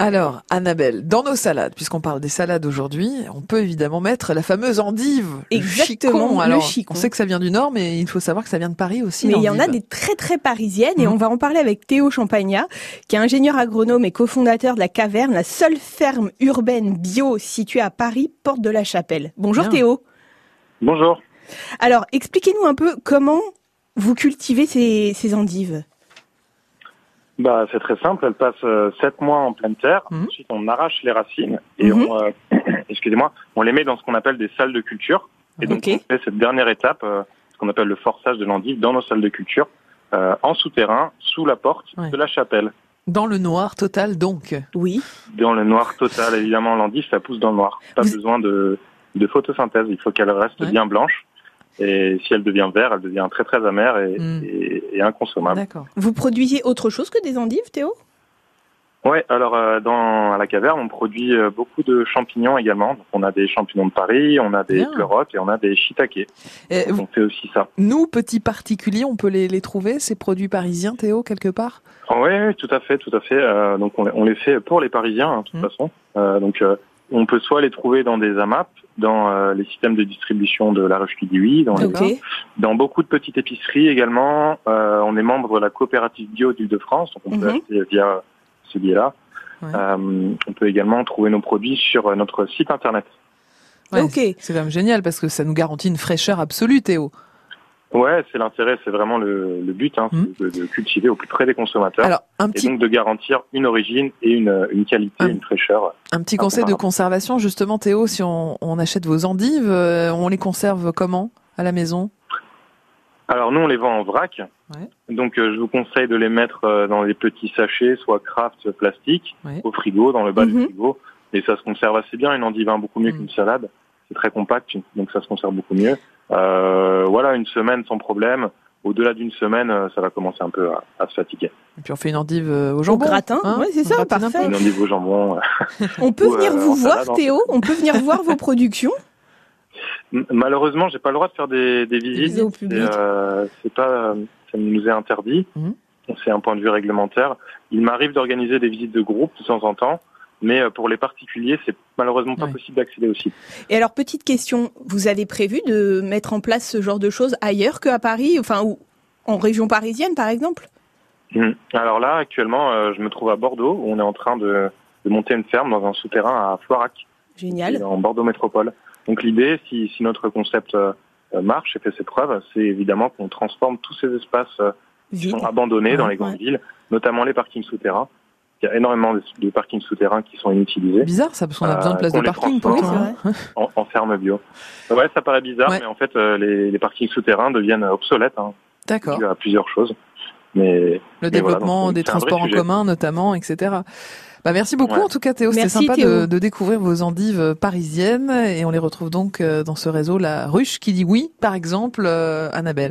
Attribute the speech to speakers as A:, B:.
A: Alors, Annabelle, dans nos salades, puisqu'on parle des salades aujourd'hui, on peut évidemment mettre la fameuse endive.
B: Exactement,
A: le chicon.
B: le
A: Alors,
B: chicon.
A: On sait que ça vient du Nord, mais il faut savoir que ça vient de Paris aussi.
B: Mais il y en a
A: l'endive.
B: des très très parisiennes et
A: Mhm.
B: on va en parler avec Théo Champagnat, qui est ingénieur agronome et cofondateur de la Caverne, la seule ferme urbaine bio située à Paris, porte de la Chapelle. Bonjour
A: Bien.
B: Théo.
C: Bonjour.
B: Alors expliquez-nous un peu comment vous cultivez ces, ces endives.
C: Bah, c'est très simple. Elle passe euh, sept mois en pleine terre.
A: Mhm.
C: Ensuite, on arrache les racines et
B: Mhm.
C: on, euh, excusez-moi, on les met dans ce qu'on appelle des salles de culture. Et donc,
B: Ok.
C: on fait cette dernière étape, euh, ce qu'on appelle le forçage de l'endive, dans nos salles de culture, euh, en souterrain, sous la porte
A: Ouais.
C: de la chapelle.
A: Dans le noir total, donc.
B: Oui.
C: Dans le noir total, évidemment, l'endive, ça pousse dans le noir. Pas
B: Vous-
C: besoin de, de photosynthèse. Il faut qu'elle reste
A: Ouais.
C: bien blanche. Et si elle devient verte, elle devient très très amère et,
A: Mhm.
C: et- et
B: Ah.
C: inconsommable.
A: D'accord.
B: Vous produisiez autre chose que des endives, Théo
C: Ouais, alors euh, dans à la caverne, on produit euh, beaucoup de champignons également. Donc, on a des champignons de Paris, on a des
A: Bien.
C: pleurotes et on a des shiitake.
A: Et Eh, vous-
C: On fait aussi ça.
A: nous, petits particuliers, on peut les, les trouver, ces produits parisiens, Théo, quelque part
C: Oui, oui, tout à fait, tout à fait. Euh, donc on, les- on les fait pour les Parisiens, hein, de toute
A: Mhm.
C: façon. Euh, donc euh, on peut soit les trouver dans des AMAP, dans euh, les systèmes de distribution de la ruche Kidiwi, dans, les-
A: D'accord.
C: dans beaucoup de petites épiceries également. Euh, on est membre de la coopérative bio d'Île-de-France, donc on peut
B: Mhm.
C: acheter via ce biais-là.
A: Mmh. Ouais.
C: Euh, on peut également trouver nos produits sur euh, notre site internet.
A: Ouais,
B: Ok.
A: c'est- C'est quand même génial parce que ça nous garantit une fraîcheur absolue, Théo.
C: Ouais, c'est l'intérêt, c'est vraiment le, le but, hein,
A: Mhm.
C: c'est de, de cultiver au plus près des consommateurs
A: Alors, un
C: et
A: petit,
C: donc de garantir une origine et une, une qualité,
A: Ah.
C: une fraîcheur.
A: un petit conseil de
C: pardon.
A: conservation, justement, Théo, si on, on achète vos endives, euh, on les conserve comment à la maison
C: Alors nous, on les vend en vrac,
A: Ouais.
C: donc euh, je vous conseille de les mettre euh, dans des petits sachets, soit craft, soit plastique,
A: Ouais. Mmh.
C: au frigo, dans le bas
B: Mhm.
C: du frigo, et ça se conserve assez bien. Une endive, hein, beaucoup mieux
A: Mhm.
C: qu'une salade, c'est très compact, donc ça se conserve beaucoup mieux. Euh, voilà, une semaine sans problème. Au-delà d'une semaine, euh, ça va commencer un peu à, à se fatiguer.
A: Et puis on fait une endive euh, au
B: Au
A: jambon.
B: gratin.
A: hein
B: ouais, c'est
A: On
B: ça,
A: gratine un peu.
B: parfait.
C: Une endive au jambon. euh,
B: On peut
C: Ou,
B: venir
C: euh,
B: vous
C: en
B: voir,
C: salade, en
B: Théo. On peut venir voir vos productions.
C: M- Malheureusement, j'ai pas le droit de faire des, des visites.
B: visites au public.
C: C'est, euh, c'est pas, euh, ça nous est interdit.
A: Mhm.
C: C'est un point de vue réglementaire. Il m'arrive d'organiser des visites de groupe de temps en temps, mais euh, pour les particuliers, c'est malheureusement pas
A: Ouais.
C: possible d'accéder au site.
B: Et alors, petite question, vous avez prévu de mettre en place ce genre de choses ailleurs qu'à Paris, enfin, ou en région parisienne, par exemple
C: Mhm. Alors là, actuellement, euh, je me trouve à Bordeaux, où on est en train de, de monter une ferme dans un souterrain à Floirac, qui est
B: Génial.
C: en Bordeaux Métropole. Donc l'idée, si, si notre concept euh, euh, marche et fait ses preuves, c'est évidemment qu'on transforme tous ces espaces euh,
B: Vide.
C: sont abandonnés dans
B: Ouais,
C: les grandes
B: ouais.
C: villes, notamment les parkings souterrains. Il y a énormément de, de parkings souterrains qui sont inutilisés
A: Bizarre ça, parce qu'on a
C: Euh,
A: besoin de place
C: qu'on
A: de
C: les
A: parking pour
B: Oui,
C: transforme.
B: c'est
A: tout, hein.
B: vrai.
C: en, en ferme bio. Ouais, ça paraît bizarre,
A: Ouais.
C: mais en fait, euh, les, les parkings souterrains deviennent obsolètes hein,
A: D'accord.
C: dû à plusieurs choses. Mais
A: Le
C: Mais voilà,
A: développement
C: donc,
A: des
C: c'est un vrai
A: transports en
C: sujet.
A: commun, notamment, etc. Bah, merci beaucoup
C: Ouais.
A: en tout cas Théo, c'était
B: Merci,
A: sympa de,
B: Théo.
A: de découvrir vos endives parisiennes et on les retrouve donc euh, dans ce réseau La Ruche qui dit oui, par exemple, euh, Annabelle.